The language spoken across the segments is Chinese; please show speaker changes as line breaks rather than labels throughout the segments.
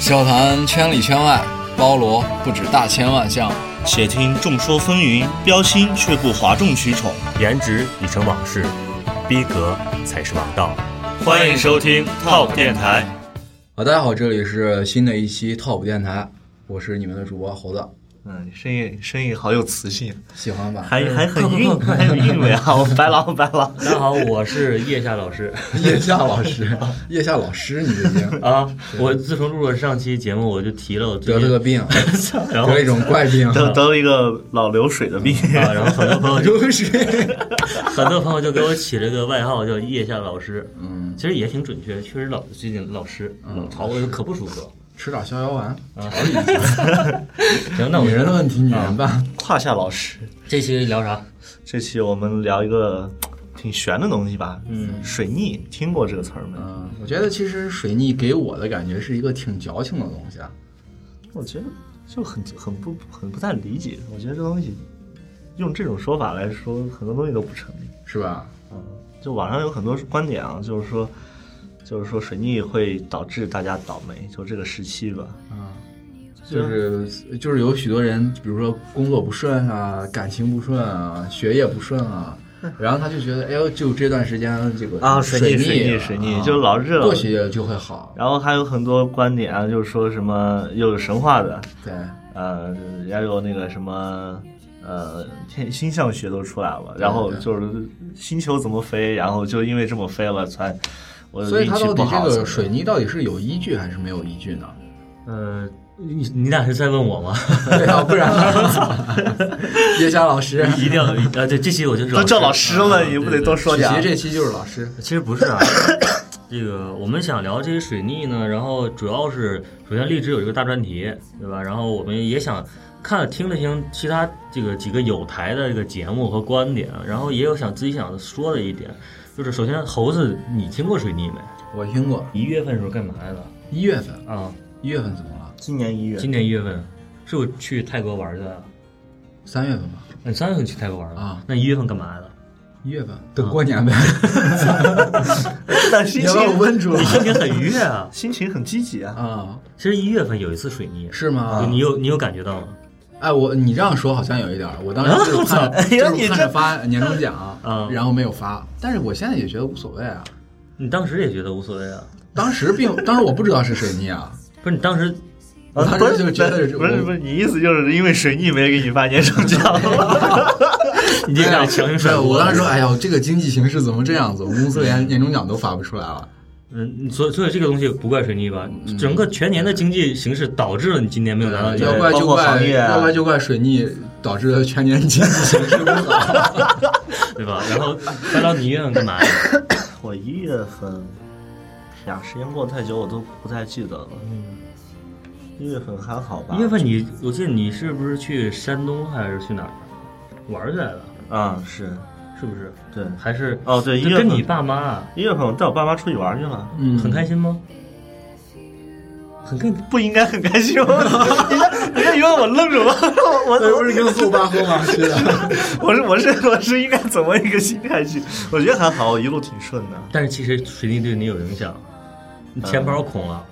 笑谈圈里圈外，包罗不止大千万项。
且听众说纷纭，标新却不哗众取宠。
颜值已成往事，逼格才是王道。
欢迎收听 TOP 电台。
啊，大家好，这里是新的一期 Top 电台，我是你们的主播猴子，
嗯，声音声音好有磁性，
喜欢吧？
还还很韵， 还有韵味啊！我白狼，白狼。
大家好，我是叶夏老师
叶夏老师，叶夏老师，你这经
啊。我自从录了上期节目，我就提了我
得
最
了
近
个 病，
然
得
后
了一种怪 病，
得得了一个老流水的 病，
啊，然后很多朋友就
流水。
很多朋友就给我起了个外号叫叶夏老师，
嗯，
其实也挺准确，确实老最近老师老淘我可不舒服。
吃点逍遥丸，
嗯 行，那我
女人的
们
问题女人办。
胯下老师。
这期聊啥？
这期我们聊一个挺悬的东西吧，嗯，水逆，听过这个词儿没？
嗯，我觉得其实水逆给我的感觉是一个挺矫情的东西啊。
我觉得就很很不很不太理解，我觉得这东西用这种说法来说，很多东西都不成立。
是吧？
嗯，就网上有很多观点啊，就是说，就是说水逆会导致大家倒霉，就这个时期吧。
啊，
啊
就是就是有许多人，比如说工作不顺啊，感情不顺啊，学业不顺啊，然后他就觉得，哎呦，就这段时间这个
啊水
水
逆水
逆
逆水逆
啊
就老热了
过去就会好。
然后还有很多观点啊，就是说什么又有神话的，
对，
呃，人家有那个什么。呃，天星象学都出来了，然后就是星球怎么飞，然后就因为这么飞了，才我
所以
运
他
气
到
呃不
底这
好。
个水逆到底是有依据还是没有依据呢？
呃，你你俩是在问我 吗？
对啊，不然呢叶霞老师，
一定要啊！对，这期我就是
都叫老师了，
啊
你不
对
得多说
曲
点儿？
奇这期就是老师，
其实不是啊，这个我们想聊这些水逆呢，然后主要是首先荔枝有一个大专题，对吧？然后我们也想看听了听其他这个几个有台的这个节目和观点，啊然后也有想自己想说的一点，就是首先猴子，你听过水逆没？
我听过
一月份的时候干嘛来了？
一月份，
啊，
一月份怎么了？
今年一月，
今年一月份是我去泰国玩去了，
三月份吧，
那你三月份去泰国玩了
啊？
那一月份干嘛来了？
一月份等过年 呗，
但
你
心
要把我
情
问住了
你心情很愉悦啊！
心情很积极啊。
啊？
其实一月份有一次水逆，
是吗？
你有你有感觉到吗？
哎，我你这样说好像有一点儿，我当时就是看，
哎
就
呀
是
你
看
这
着发年终奖，
嗯
然后没有发，但是我现在也觉得无所谓啊。
你当时也觉得无所谓啊？
当时并当时我不知道是水逆 啊，
不是你 当时
我当时就觉得
啊不是
我
不是，你意思就是因为水逆没给你发年终奖 吗？
你这
哎
点
呀
强行
不是
甩锅
我当时说，哎呦，这个经济形势怎么这样子？我们公司连年终奖都发不出来了。
嗯，所以所以这个东西不怪水逆吧？整个全年的经济形势导致了你今年没有拿到
嗯要
奖。
怪
包
就
括
怪，
行业啊
要怪就怪水逆导致了全年经济形势不 好。
对吧？然后白狼，你一月份干嘛呀？
我一月份，呀，时间过得太久，我都不太记得了。嗯一月份还好吧？
一月份你，我记得你是不是去山东还是去哪儿玩去来了？
啊，是
是不是？
对。
还是
哦，对，一
就
月
跟
份
你爸妈
一月份我带我爸妈出去玩去了，
嗯，
很开心吗？很开
不应该很开心吗？ 你看，你看，你问我愣住了， 我
对，
我
不是跟速八喝吗？是 的，
我是我是我是应该怎么一个心态去？我觉得还好，我一路挺顺的。
但是其实水逆对你有影响，你钱
嗯
包空了，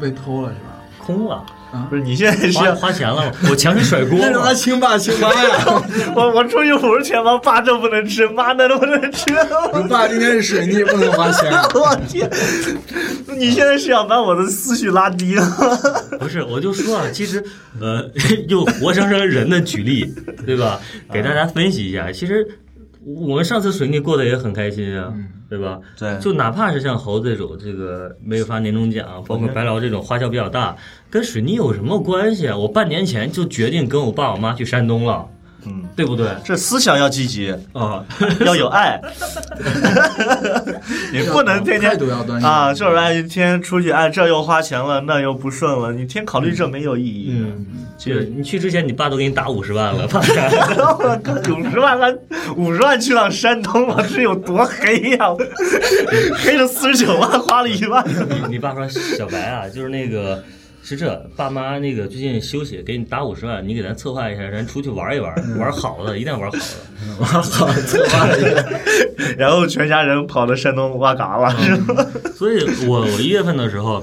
被偷了是吧？
空了，
不是你现在是
花花钱了，我强行甩锅
啊 那什
嘛
么。亲爸亲妈呀！
我我出去五十钱吧，爸这不能吃，妈那都不能吃。
你爸今天是水逆，不能花钱。 啊
我天！你现在是想把我的思绪拉低了？
不是，我就说啊，其实呃， 用活生生人的举例，对吧？给大家分析一下，其实我们上次水逆过得也很开心啊，对吧？
嗯对
就哪怕是像猴子这种这个没有发年终奖，包括白劳这种花销比较大，跟水逆有什么关系啊？我半年前就决定跟我爸我妈去山东了，
嗯，
对不对？
这思想要积极，
啊，
要有爱， 你 不能天
态
天
度要端正
啊，就是哎，天天出去哎，这又花钱了，那又不顺了，你天天考虑这没有意义。
嗯， 就是你去之前，你爸都给你打五十万了，怕啥？
我靠，五十万还五十万去趟山东，我这有多黑呀、 黑了四十九万，花了一万。
你你爸说小白啊，就是那个是这，爸妈那个最近休息，给你打五十万，你给咱策划一下，咱出去玩一玩，
嗯
玩好了，一定要玩好了。
然后全家人跑到山东哇嘎了，是吧？
所以我我一月份的时候，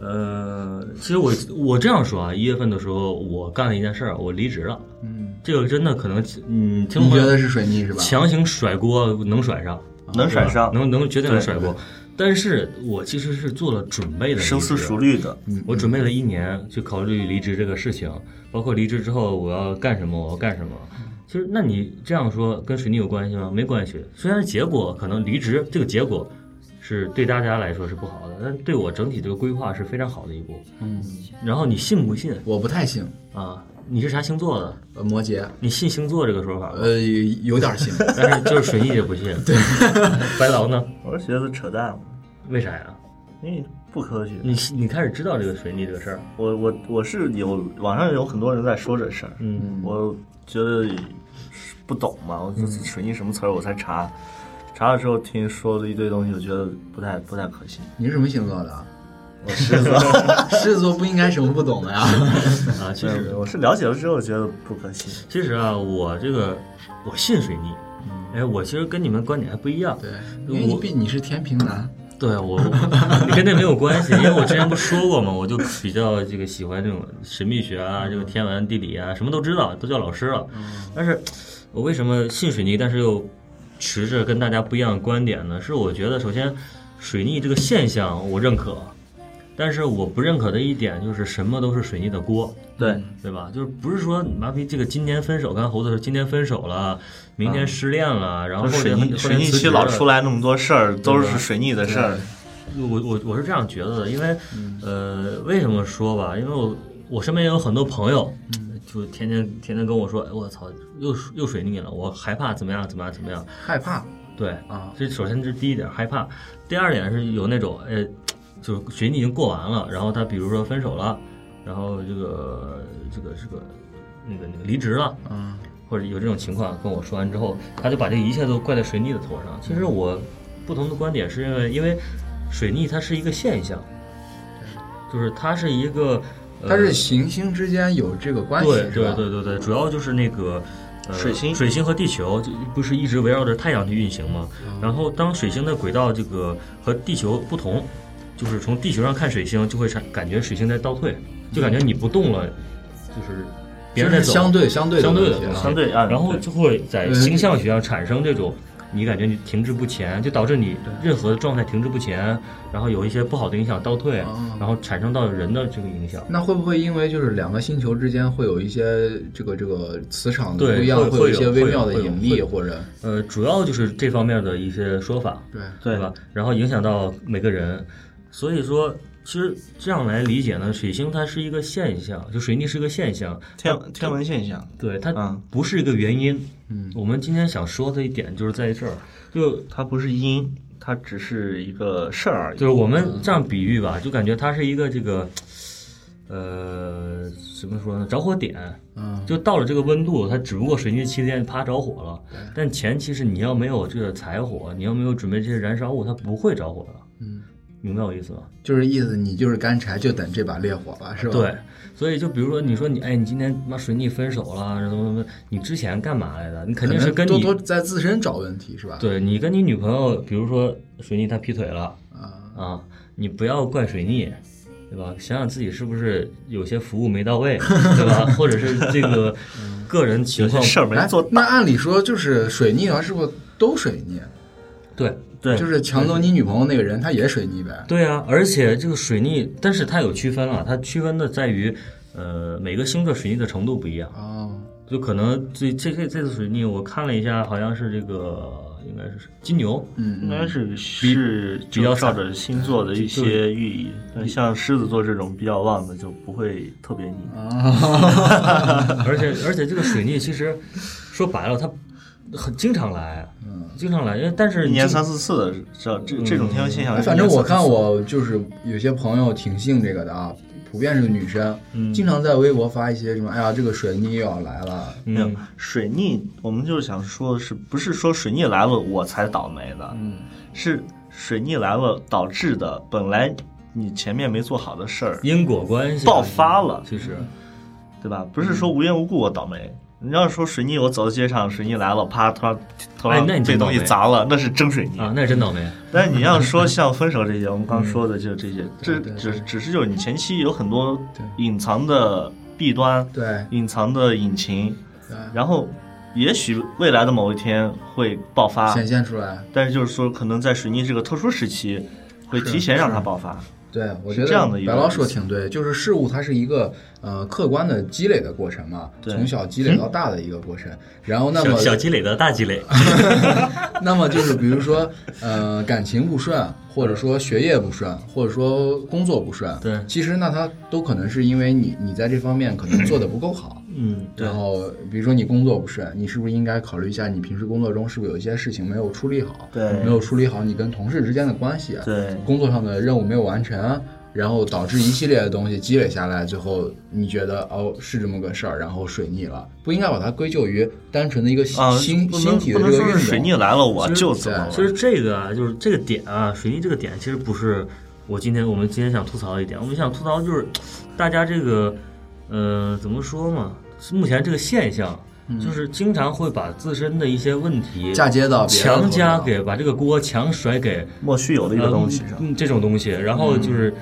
呃，其实我我这样说啊，一月份的时候我干了一件事儿，我离职了。
嗯，
这个真的可能，嗯，听众
你
朋
觉
友
得是水逆是吧？
强行甩锅能甩上，
能甩上，
能能绝对能
对
甩锅。但是我其实是做了准备的，
深思熟。虑的，
我准备了一年去考虑离职这个事情，包括离职之后我要干什么，我要干什么。其实，那你这样说跟水逆有关系吗？没关系。虽然结果可能离职这个结果是对大家来说是不好的，但对我整体这个规划是非常好的一步。
嗯，
然后你信不信
我不太信，
啊？你是啥星座的？
呃摩羯，
你信星座这个说法吗？
呃，有点 信，
但是就是水逆也不信。对，白狼呢？
我是觉得扯淡，
为啥呀？
因为不科学。
你你开始知道这个水逆这个事儿，
我我我是有网上有很多人在说这事儿，
嗯，
我觉得不懂嘛，我就是水逆什么词儿我才查，查了之后听说了一堆东西，我觉得不太不太可信。
你是什么星座的啊？
我狮子，
狮子座不应该什么不懂的呀？
啊，其
对
实
我是了解了之后觉得不可信。
其实啊，我这个我信水逆，哎，我其实跟你们观点还不一样，
对，因为你
我
毕你是天平男，
对啊我我 跟那没有关系，因为我之前不说过嘛，我就比较这个喜欢这种神秘学啊，这个天文地理啊，什么都知道，都叫老师了。但是，我为什么信水逆，但是又持着跟大家不一样的观点呢？是我觉得，首先水逆这个现象我认可，但是我不认可的一点就是什么都是水逆的锅。
对，
对吧？就是不是说你妈逼这个今年分手，刚才猴子说今年分手了，明天失恋了，然后后
水
天
逆
后
水
天
逆
辞职
期老出
了。
来那么多事儿，都是水逆的事儿。
我我我是这样觉得的，因为、呃，为什么说吧？因为我我身边也有很多朋友，就天天天天跟我说，哎，我操，又又水逆了，我害怕怎么样怎么样怎么样。
害怕
对，
啊，
这首先这是第一点害怕，第二点是有那种呃，就是学历已经过完了，然后他比如说分手了，然后这个这个这个那个那个离职了，
嗯，
或者有这种情况跟我说完之后，他就把这一切都怪在水逆的头上。其实我不同的观点是认为，因为水逆它是一个现象，就是它是一个，呃、
它是行星之间有这个关系，
对
是
对
吧？
对对对，主要就是那个、呃、
水星
水星和地球就不是一直围绕着太阳去运行吗？
嗯
然后当水星的轨道这个和地球不同，就是从地球上看水星，就会产感觉水星在倒退，就感觉你不动了，就是别人在
就是
走。
相对相对
相对
的
的对吧
东西啊
相对啊，
然后
对呃
就会在
嗯
星象学上产生这种，你感觉你停滞不前，就导致你任何的状态停滞不前，然后有一些不好的影响倒退
哦，
然后产生到人的这个影响。
那会不会因为就是两个星球之间会有一些这个这个磁场的
对
不一样，
会
会有一
会有
些微妙的
会有
引
会
力
有
或者
呃，主要就是这方面的一些说法，
对
对
吧？然后影响到每个人，所以说。其实这样来理解呢，水星它是一个现象，就水逆是个现象，
天天文现象，
对它
嗯
不是一个原因。
嗯，
我们今天想说的一点就是在这儿，就
它不是因，它只是一个事儿而已。
就是我们这样比喻吧，就感觉它是一个这个，呃，怎么说呢？着火点，
嗯，
就到了这个温度，它只不过水泥期间啪着火了。但前期是你要没有这个柴火，你要没有准备这些燃烧物，它不会着火的。
嗯，
明白我意思吗？
就是意思你就是干柴，就等这把烈火吧，是吧？
对，，所以就比如说，你说你哎，你今天妈水逆分手了，怎么怎么，你之前干嘛来的？你肯定是跟
多
你
多在自身找问题是吧？哎
对你跟你女朋友，比如说水逆她劈腿了。
啊，
啊，你不要怪水逆，对吧？想想自己是不是有些服务没到位，对吧？或者是这个个人情
有些
况
事儿没
来
做，
那按理说就是水逆的话，是不是都水逆？啊
对
对
就是抢走你女朋友那个人，他也水逆呗？
对啊，而且这个水逆，但是它有区分啊，它区分的在于。呃，每个星座水逆的程度不一样，
哦，
就可能这这这这次水逆，我看了一下，好像是这个应该是金牛，
嗯
应
嗯，
该是是
比较
就照
惨
着星座的一些寓意，但像狮子座这种比较旺的就不会特别逆。
啊
而且而且这个水逆其实说白了，它很经常来，
嗯
经常来，因为但是
一年
经
三四次的，这这这种天
嗯
文现象
哎，
是一年三四次，
反正我看我就是有些朋友挺信这个的啊，普遍是女生，
嗯
经常在微博发一些什么，哎呀，这个水逆又要来了，
没有
嗯
水逆，我们就是想说的是，不是说水逆来了我才倒霉的，
嗯，
是水逆来了导致的。本来你前面没做好
嗯
的事儿
因果关系啊
爆发了，
其实嗯
对吧？不是说无缘无故我倒霉，你要说水泥，我走到街上，水泥来了，啪，突然头上
哎那你
被
真倒
东
霉
西砸了，那是真水
嗯
泥。
啊，那是真倒霉。
但你要说像分手这些，我们刚说的就是这些，
对
这
嗯对
只
对
只是就是你前期有很多
对
隐藏的弊端，
对
隐藏的隐情，
对，
然后也许未来的某一天会爆
啊
发，
显现出来。
但是就是说可能在水泥这个特殊时期，会
是
提前让它爆发。
对，我
是
觉得
这样的一个
白老说得挺对，就是事物它是一个呃客观的积累的过程嘛，
对嗯
从小积累到大的一个过程。然后那
小
么哦
小积累的大积累，
那么就是比如说，呃，感情不顺，或者说学业不顺，或者说工作不顺，
对
其实那它都可能是因为你你在这方面可能做的不够好。
嗯，对
然，后比如说你工作不顺，你是不是应该考虑一下你平时工作中是不是有一些事情没有处理好？
对
没有处理好你跟同事之间的关系，
对
工作上的任务没有完成。然后导致一系列的东西积累下来，最后你觉得哦是这么个事儿，然后水逆了，不应该把它归咎于单纯的一个心、
啊，
心
不
心
能
体
不
的
能
这个
说
运
是
动。
水泥来了我
其实
就怎么了，
对
其实这个啊，就是这个点啊，水泥这个点其实不是我今天我们今天想吐槽的一点，我们想吐槽就是大家这个，呃，怎么说嘛？目前这个现象，就是经常会把自身的一些问题
嗯嫁接到别人
强加
头上
给把这个锅强甩给
莫须有的一个东西上。嗯
嗯，这种东西，然后就是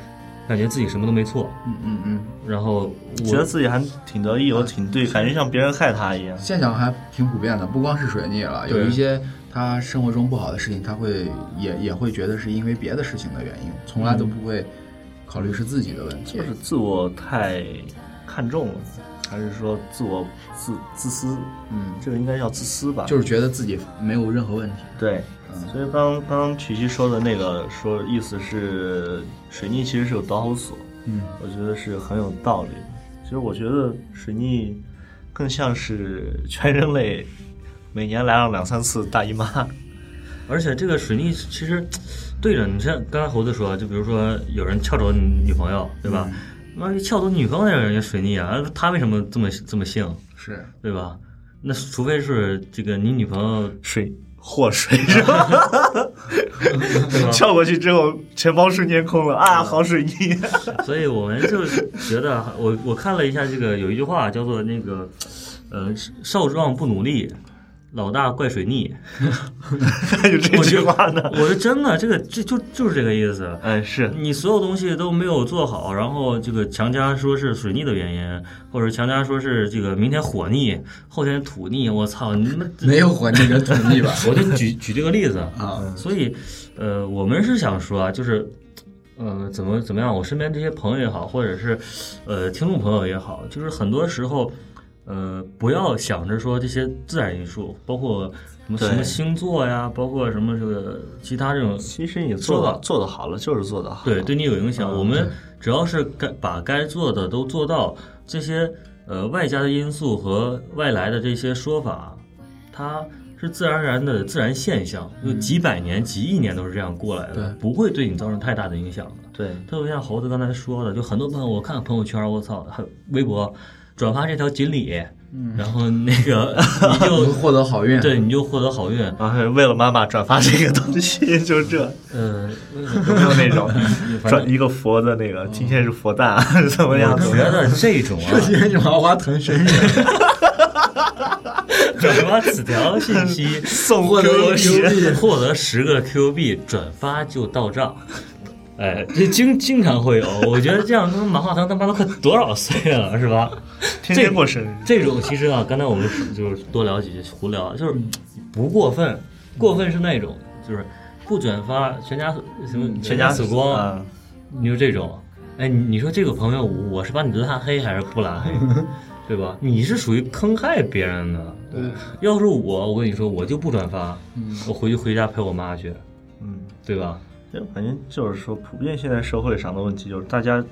感觉自己什么都没错，
嗯嗯嗯，
然后
觉得
我
自己还挺得意，有挺对，感觉像别人害他一样。
现象还挺普遍的，不光是水逆了，有
对
一些他生活中不好的事情，他会也也会觉得是因为别的事情的原因，从来都不会考虑是自己的问题
就。是自我太看重了，还是说自我自自私？
嗯，
这个应该叫自私吧？
就是觉得自己没有任何问题。
对，
嗯，
所以刚刚刚曲奇说的那个说意思是水逆其实是有导火索，
嗯，
我觉得是很有道理的。其实我觉得水逆更像是全人类每年来上两三次大姨妈，
而且这个水逆其实对着你像刚才猴子说，就比如说有人撬走你女朋友，对吧？
嗯
那撬走女朋友那人也水逆啊，他为什么这么这么性，
是
对吧？那除非是这个你女朋友，
水祸水是吧？
对吧？
撬过去之后，钱包瞬间空了啊！好水逆，
所以我们就觉得，啊我我看了一下这个有一句话叫做那个，呃，少壮不努力，老大怪水逆。
还有这
我
句
觉
话呢
得，？我是真的，这个这就就是这个意思。
嗯，是
你所有东西都没有做好，然后这个强加说是水逆的原因，或者强加说是这个明天火逆，后天土逆，我操，你们
没有火逆跟土逆吧？
我就举举这个例子，
啊，
所以，呃，我们是想说啊，就是，呃，怎么怎么样，我身边这些朋友也好，或者是，呃，听众朋友也好，就是很多时候，呃，不要想着说这些自然因素，包括什么
对
什么星座呀，包括什么这个其他这种，
其实你做
说
的
吧
做的好了，就是做的好。
对对你有影响。我们只要是该把该做的都做到，这些呃外加的因素和外来的这些说法，它是自然而然的自然现象，就几百年、几亿年都是这样过来的，
对
不会对你造成太大的影响的。
对，
特别像猴子刚才说的，就很多朋友，我看朋友圈，我操，还有微博转发这条锦鲤，然后那个你
能
就
获得好运。
对你就获得好运。
然后为了妈妈转发这个东西，就是这
呃，
有没有那种
反正
转一个佛的那个？今天是佛诞，怎么样
我？觉得这种啊，
天是麻花腾身上，
转发此条信息
送
获得
Q 币
十 获得十个 Q 币，转发就到账。哎，这经经常会有，我觉得这样他妈马化腾他妈都快多少岁了，是吧？
天天过生日，
这种其实啊，刚才我们就是多聊几句，胡聊，啊就是不过分，过分是那种就是不转发全家什么
嗯全
家
家
死光，
啊
你就这种，哎，你你说这个朋友，我我是把你拉黑还是不 拉黑，对吧？你是属于坑害别人的。对，要是我，我跟你说，我就不转发，
嗯
我回去回家陪我妈去，
嗯，
对吧？
就反正就是说，普遍现在社会上的问题就是大家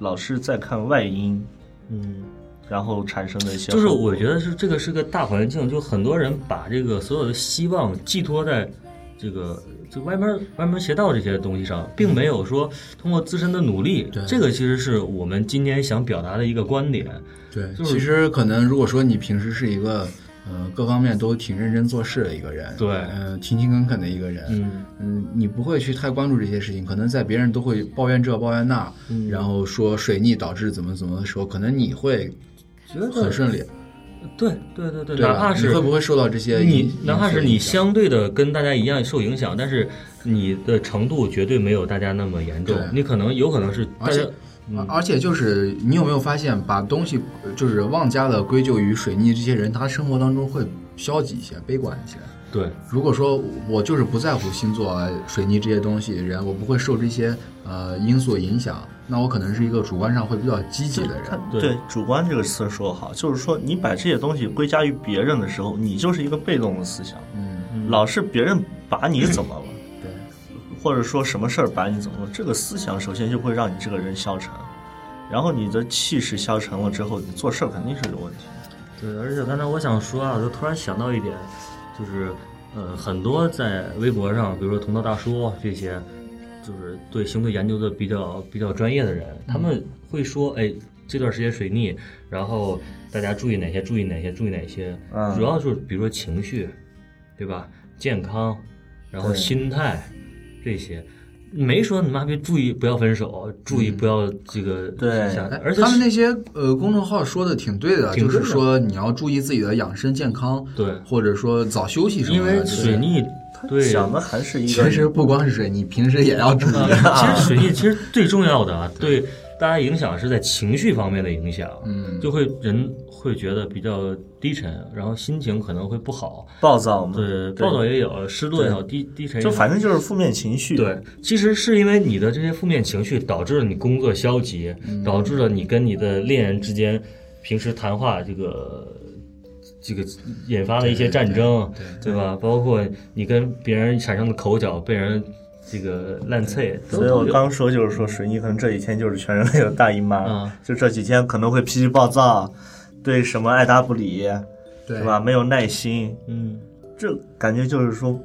老是在看外因，嗯，然后产生的一些
就是
后果
我觉得是这个是个大环境，就很多人把这个所有的希望寄托在这个就歪门歪门邪道这些东西上，并没有说通过自身的努力，这个其实是我们今天想表达的一个观点。
对，
就是
其实可能如果说你平时是一个呃各方面都挺认真做事的一个人，
对
嗯、勤勤恳恳的一个人，
嗯，
嗯，你不会去太关注这些事情，可能在别人都会抱怨这抱怨那，
嗯
然后说水逆导致怎么怎么的时候，可能你会
觉得
很顺利。
对对对对，
对吧
哪怕
你
是
会不会受到这些
你
呃影，
哪怕嗯是你
影响
相对的跟大家一样受影响，但是你的程度绝对没有大家那么严重
对。
你可能有可能是大
而
家
且而嗯
嗯
而且就是你有没有发现，把东西呃就是妄加的归咎于水逆这些人，他生活当中会消极一些、悲观一些。
对
如果说我就是不在乎星座、啊、水泥这些东西，人我不会受这些呃因素影响，那我可能是一个主观上会比较积极的人。
对
对“主观”这个词说得好，就是说你把这些东西归加于别人的时候，你就是一个被动的思想，
嗯，
老是别人把你怎么了，
嗯
对，
或者说什么事儿把你怎么了，这个思想首先就会让你这个人消沉，然后你的气势消沉了之后，你做事儿肯定是有问题的。
对，而且刚才我想说啊，我就突然想到一点，就是呃，很多在微博上，比如说同道大叔啊这些，就是对星座研究的比较比较专业的人，他们会说，哎，这段时间水逆，然后大家注意哪些，注意哪些，注意哪些，
嗯
主要就是比如说情绪，对吧？健康，然后
对
心态这些。没说你妈逼注意不要分手，注意不要这个
对
想
哎
而且
他们
是
那些呃公众号说的挺对的，
挺
就
对的
是说你要注意自己的养生健康，
对
或者说早休息什
因
么的。
为
这些
水逆，对
想的还是一个
其实不光是水泥，平时也要注意。
其
啊
实水逆其实最重要的啊，对大家影响是在情绪方面的影响，
嗯，
就会人会觉得比较低沉，然后心情可能会不好，
暴躁嘛，
对，暴躁也有，失落也好，低低沉也
就
好，
反正就是负面情绪。
对，其实是因为你的这些负面情绪导致了你工作消极，
嗯
导致了你跟你的恋人之间平时谈话这个。这个引发了一些战争，对吧？包括你跟别人产生的口角，被人这个烂脆，都
所以
都
我
有
刚说就是说，水逆可能这几天就是全人类的大姨妈，
嗯
就这几天可能会脾气暴躁，对什么爱答不理，
对
是？吧？没有耐心，
嗯，
这感觉就是说，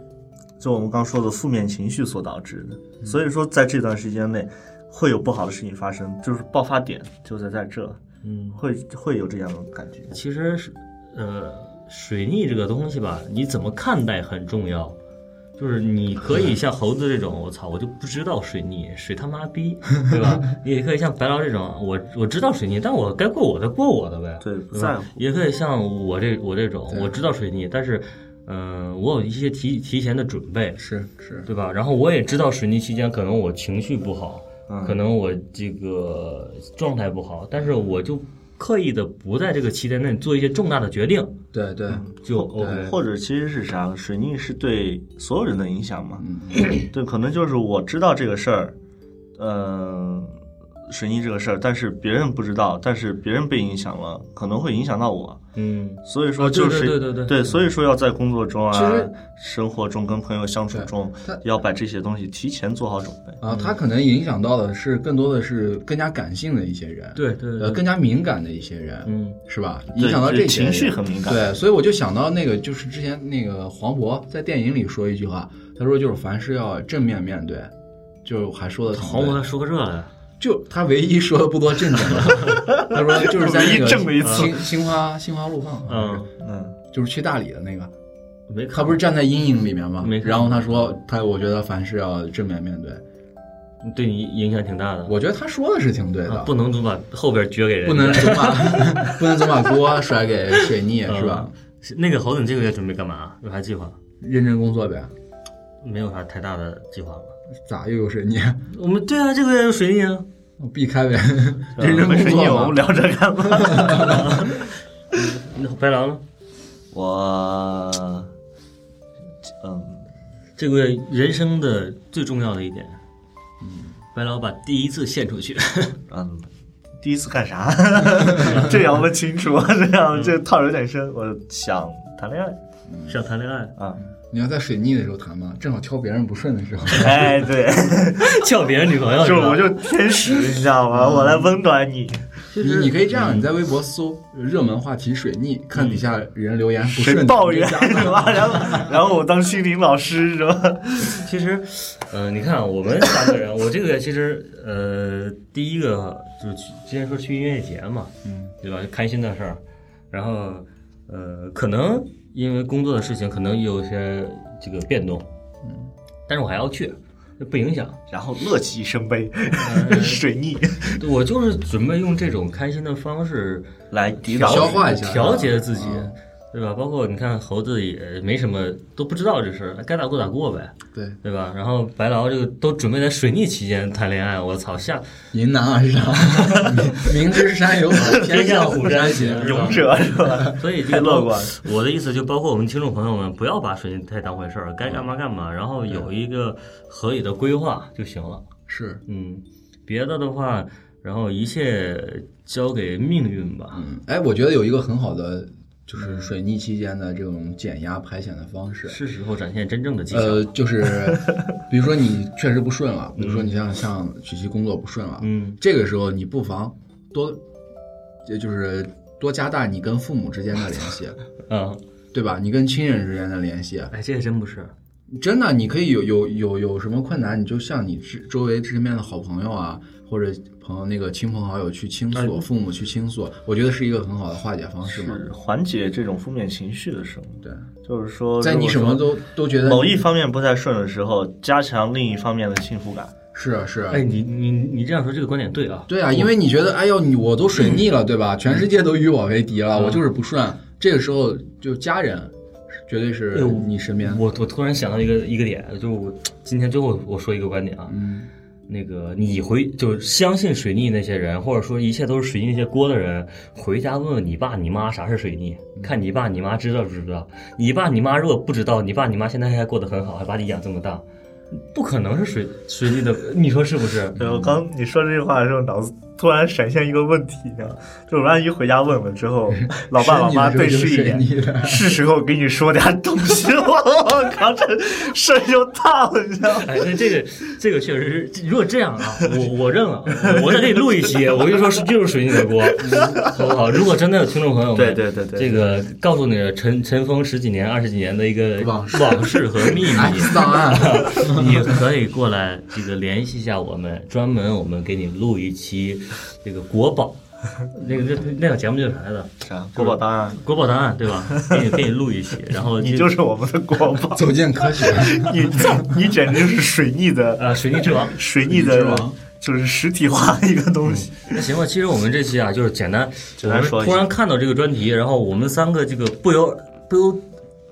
就我们刚说的负面情绪所导致的。所以说，在这段时间内会有不好的事情发生，就是爆发点就在在这，
嗯，
会会有这样的感觉。
其实是呃，水逆这个东西吧，你怎么看待很重要。就是你可以像猴子这种，我操，我就不知道水逆，水他妈逼，对吧？你也可以像白狼这种，我我知道水逆，但我该过我的过我的呗，
对不
吧
在乎
也可以像我这我这种，我知道水逆，但是，嗯、我有一些提提前的准备，
是是，
对吧？然后我也知道水逆期间可能我情绪不好，可能我这个状态不好，但是我就刻意的不在这个期间内做一些重大的决定，
对对，
就 OK。
哦或者其实是啥？水逆是对所有人的影响嘛？
嗯
对，可能就是我知道这个事儿，嗯、水逆这个事儿，但是别人不知道，但是别人被影响了，可能会影响到我。
嗯，
所以说
啊
哦对
就是、
对对对对
所以说要在工作中
其
啊
实、
生活中跟朋友相处中
对他，
要把这些东西提前做好准备。
嗯
啊，他可能影响到的是更多的是更加感性的一些人，
对对
呃，
对，
更加敏感的一些人，
嗯，
是吧？
对
影响到
就是
这些
情绪
人
很敏感
对，所以我就想到那个，就是之前那个黄渤在电影里说一句话，他说就是凡事要正面面对，就还说的
黄渤还说个这来，
就他唯一说的不多正经的， 他说就是在那
唯一正的一
个
次
心心花心花路放，
嗯，
嗯，
就是去大理的那个，
没看
他不是站在阴影里面吗
没？看
然后他说他我觉得凡事要正面面对，
对你影响挺大的，
我觉得他说的是挺对的，
啊不能总把后边撅给人
不
家，
能总把 不能总把锅甩给水逆
嗯
是吧？？
那个猴子，你这个月准备干嘛？有啥计划？
认真工作呗，
没有啥太大的计划了。
咋又有水逆？
我们对啊，这个月有水逆啊，
避开 呗，认真
呃没
工
水逆，我
作
们
嘛。
聊这 干嘛？
那白狼呢？
我，嗯。
这个月人生的最重要的一点，嗯白狼把第一次献出去，
嗯，第一次干啥？ 这要问清楚，这样这套有点深。我想谈恋爱
想谈恋爱，
啊，
你要在水逆的时候谈嘛，正好挑别人不顺的时 候。
哎， 对，
叫别人女朋友，
就是
吧
我就天使，你知道吗？我来温暖你，
你你可以这样，你在微博搜热门话题水逆，看底下人留言不顺的
抱怨
你就加
是吧？然后，然后我当心灵老师是吧？
其实，呃，你看啊我们三个人， 我这个月其实，呃，第一个就是去之前说去音乐节嘛，嗯，对吧？开心的事儿，然后，呃，可能因为工作的事情，可能有些这个变动，嗯，但是我还要去，不影响。
然后乐极生悲，
呃
水逆
我就是准备用这种开心的方式
来抵
调
挡
消化一下
调节自己
啊，
对吧？包括你看猴子也没什么都不知道这事儿，该咋过咋过呗，
对，
对吧？然后白劳这个都准备在水逆期间谈恋爱，我操，下
迎难而 上，啊明明知山有虎，偏向虎山 行。是吧
勇者是吧？
所以这个
太乐观了。
我的意思就包括我们听众朋友们，不要把水晶太当回事儿，该干嘛干嘛，然后有一个合理的规划就行了。
是，
嗯，别的的话，然后一切交给命运吧。
嗯，哎，我觉得有一个很好的，就是水逆期间的这种减压排遣的方式。
是时候展现真正的技巧。
呃，就是比如说你确实不顺了，比如说你像像曲奇工作不顺了，
嗯，
这个时候你不妨多，也就是多加大你跟父母之间的联 系，
啊，
对吧？你跟亲人之间的联系，
哎，这还真不是。
真的，你可以有有有有什么困难，你就向你之周围身边的好朋友啊，或者朋友那个亲朋好友去倾
哎
诉，父母去倾诉，我觉得是一个很好的化解方式嘛。
是缓解这种负面情绪的时候，
对，
就是说，
在你什么都都觉得
某一方面不太顺的时候，加强另一方面的幸福感。
是啊是啊，
哎，你你你这样说这个观点对啊。
对啊，因为你觉得哎呦，你我都水逆了，对吧？全世界都与我为敌了，我
嗯
就是不顺。这个时候就家人，绝对
哎
是
呦
你身边。
我我突然想到一个一个点，就是我今天最后我说一个观点啊，
嗯
那个你回就是相信水逆那些人，或者说一切都是水逆那些锅的人，回家问问你爸你妈啥是水逆，
嗯
看你爸你妈知道不知道。你爸你妈如果不知道，你爸你妈现在还过得很好，还把你养这么大，不可能是水水逆的，你说是不是？
对，我刚你说这句话的时候，脑子突然闪现一个问题啊，就我万一回家问了之后，老爸老妈对视一眼
嗯是你的时候就是你，的
是时候给你说点东西了。我靠，这事儿就大了，你知道吗？
哎，那这个这个确实是，如果这样啊，我我认了，我再给你录一期，我跟你说是就是水逆的锅，好不好？如果真的有听众朋友们，
对对对对
这个告诉你了尘尘封十几年、二十几年的一个
往事
往事和秘密。
哎
，X 档哎案，
你可以过来，这个联系一下我们，专门我们给你录一期这个国宝，那个那那个节目叫啥来着？
啥？啊国宝档案，
国宝档案对吧？给你给你录一期，然后
你就是我们的国宝，
走进科学。
你你简直就是水逆的
呃水逆之王。
水
水
逆
逆
的
之王，
就是实体化的一个东西。
那行吧，其实我们这期啊，就是简单，
简单说
我
一
们
下
突然看到这个专题，然后我们三个这个不由不由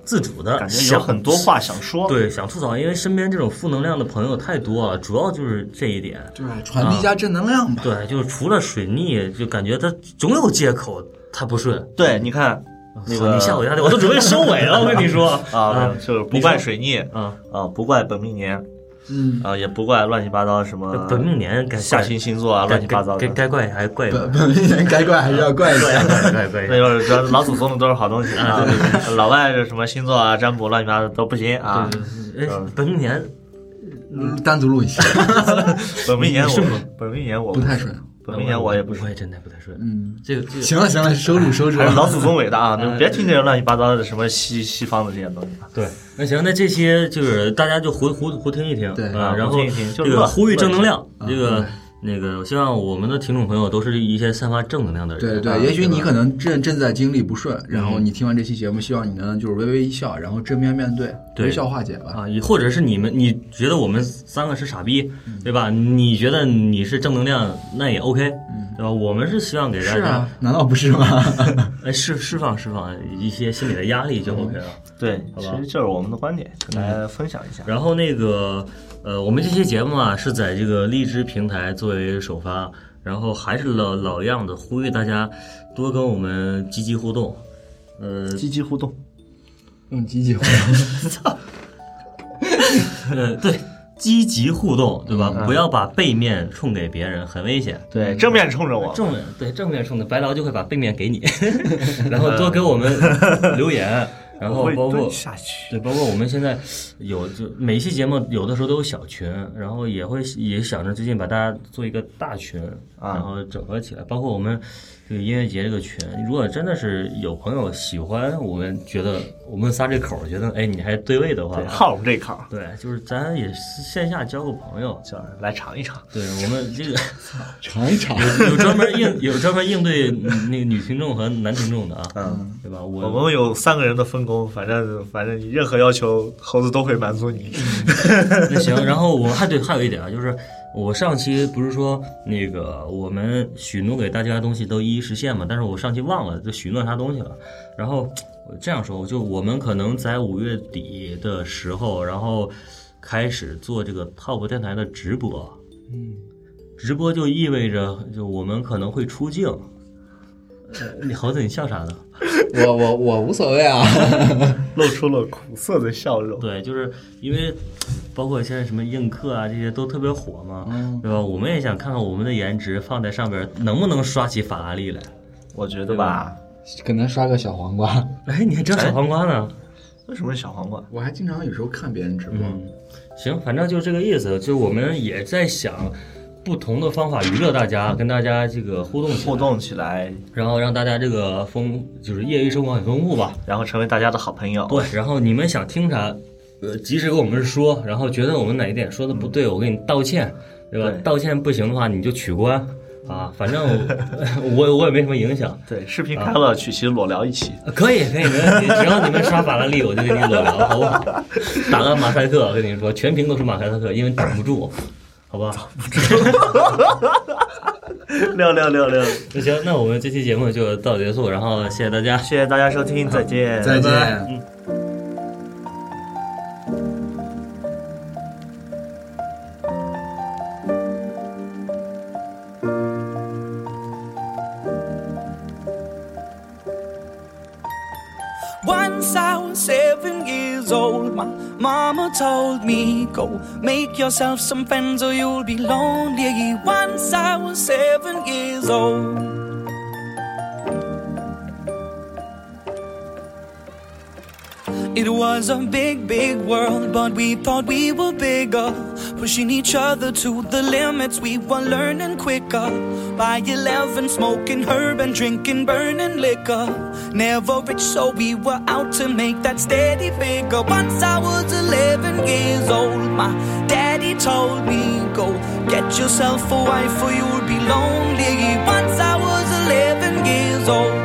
自主的
感觉有很多话想说。
对想吐槽，因为身边这种负能量的朋友太多了，主要就是这一点。
对，传递一下正能量吧。
对，就是除了水逆，就感觉他总有借口他不顺。
对，你看
啊
那
好
个
你吓我一跳，我都准备收尾了。我跟你说
啊，就是不怪水逆
啊，
啊，不怪本命年
嗯，
啊，也不怪乱七八糟什么
本命年该
下
怪
星星座啊，呃
该
乱七八糟
该
的。
该怪还怪我
本本命年该怪还是要怪一
怪
下。
怪怪怪
那就是说老祖宗的都是好东西 啊，老外这什么星座啊、占卜乱七八糟都不行啊。
哎本命年
嗯单独录一期，
本命年
你
我
顺吗
本命年我
不太顺。
本命年我也不
我
顺，
也真的不太顺。
嗯，
这个这个
行了行了，收住收住
还。是老祖宗伟大 啊！你们别听这些乱七八糟的什么西西方的这些东西啊。
对，那行，那这些就是大家就胡胡胡听一听，
对
啊，
啊
然
胡
后
听一听就
这个
乐
呼吁
乐
正
一
能
下
量，这个
啊对
那个，我希望我们的听众朋友都是一些散发正能量的
对
人，
啊
啊
对，嗯也许你可能正正在经历不顺，然后你听完这期节目，希望你能就是微微一笑，然后正面面对，
对
微笑化解吧。
啊，也或者是你们，你觉得我们三个是傻逼，
嗯
对吧？你觉得你是正能量，那也 OK，对吧？我们是希望给大
嗯是
家
啊，难道不是吗？
哎释释放释放一些心理的压力
嗯
就 OK 了。
对，其
吧
实就是我们的观点，跟大家分享一下。
然后那个呃，我们这期节目啊是在这个荔枝平台作为首发，然后还是老老样子，呼吁大家多跟我们积极互动。呃，
积极互动，
用机器
呃对，嗯积极互动，对吧？不要把背面冲给别人，很危险。
对，哎正面冲着我，
正面对正面冲的白劳就会把背面给你， 然后多给我 们留言，然后
我会
包括
蹲下去。
对，包括我们现在有就每期节目有的时候都有小群，然后也会也想着最近把大家做一个大群，
啊
然后整合起来。包括我们这个音乐节这个群，如果真的是有朋友喜欢，我们觉得我们仨这口儿觉得，哎，你还对位的话
对，，好我们这口儿，
对，就是咱也是线下交个朋友。
就是来尝一尝。
对我们这个
尝一尝。
有专门应有专门应对那个女听众和男听众的啊，
嗯，
对吧？
我
我
们有三个人的分工，反正反正你任何要求，猴子都会满足你。
那行，然后我还对，还有一点啊，就是我上期不是说那个我们许诺给大家的东西都一一实现嘛，但是我上期忘了就许诺啥东西了。然后我这样说，就我们可能在五月底的时候，然后开始做这个 Top 电台的直播，直播就意味着就我们可能会出镜。呃你猴子，你笑啥呢？
我我我无所谓啊。
露出了苦涩的笑容。
对，就是因为包括现在什么映客啊这些都特别火嘛，对吧？我们也想看看我们的颜值放在上边儿能不能刷起法拉利来。
我觉得吧，
可能刷个小黄瓜。
哎，你还真小黄瓜呢？
为什么是小黄瓜？
我还经常有时候看别人直播，
嗯，行，反正就这个意思。就我们也在想不同的方法娱乐大家，跟大家这个互动起来
互，动起来，
然后让大家这个丰就是业余生活很丰富吧。
然后成为大家的好朋友。
对，然后你们想听啥，呃，及时跟我们说。然后觉得我们哪一点说的不对，我给你道歉，对吧？
对
道歉不行的话，你就取关啊。反正我 我我也没什么影响，
对，视频开了，曲奇裸聊一期。
啊可以可以，没问题。只要你们刷法拉利，我就跟你裸聊，好不好？打个马赛克，我跟你说，全屏都是马赛克，因为挡不住，好吧？
六六六六，谢
那行，那我们这期节目就到此结束，然后谢谢大家。
谢大家收听，再见，
再见。
Once I was seven years old, my mama told me, Go make yourself some friends or you'll be lonely. Once I was seven years old. It was a big, big world, but we thought we were bigger. Pushing each other to the limits, we were learning quicker. By 11, smoking herb and drinking burning liquor. Never rich, so we were out to make that steady figure. Once I was 11 years old, my daddy told me, Go get yourself a wife or you'll be lonely. Once I was 11 years old.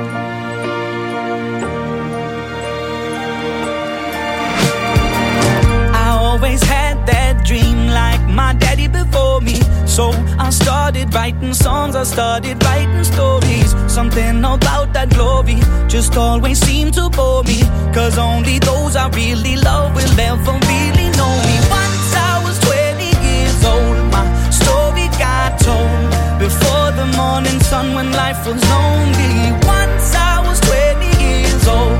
I always had that dream like my daddy before me. So I started writing songs, I started writing stories. Something about that glory just always seemed to bore me. Cause only those I really love will ever really know me. Once I was 20 years old, my story got told. Before the morning sun when life was lonely. Once I was 20 years old.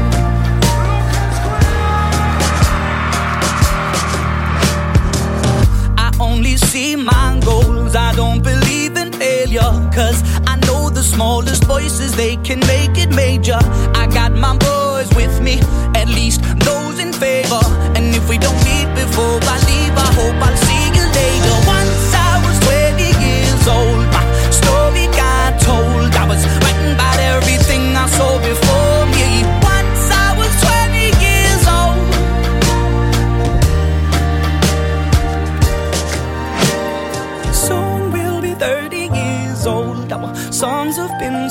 I only see my goals. I don't believe in failure. Cause I know the smallest voices, they can make it major. I got my boys with me, at least those in favor. And if we don't meet before I leave, I hope I'll see you later. Once I was 20 years old, my story got told. I was writing about everything I saw before me. Once I was 20 years old. Soon we'll be 30 years old. Our songs have been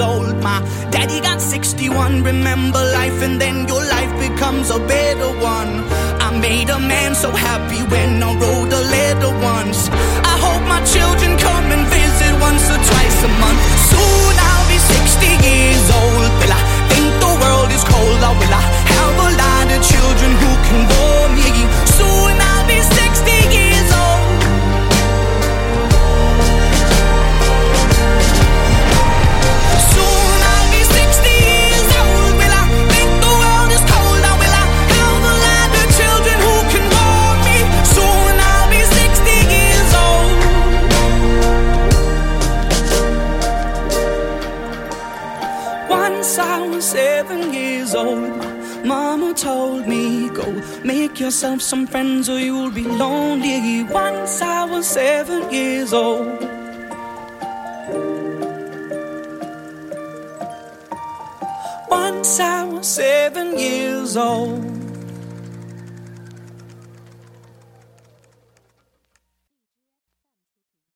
old. My daddy got 61. Remember life, and then your life becomes a better one. I made a man so happy when I wrote a letter once. I hope my children come and visit once or twice a month. Soon I'll be 60 years old. Will I think the world is cold? Or will I have a lot of children who can bore me? Soon I'll be 60 years old. Soon yourself some friends or you'll be lonely. Once I was seven years old. Once I was seven years old.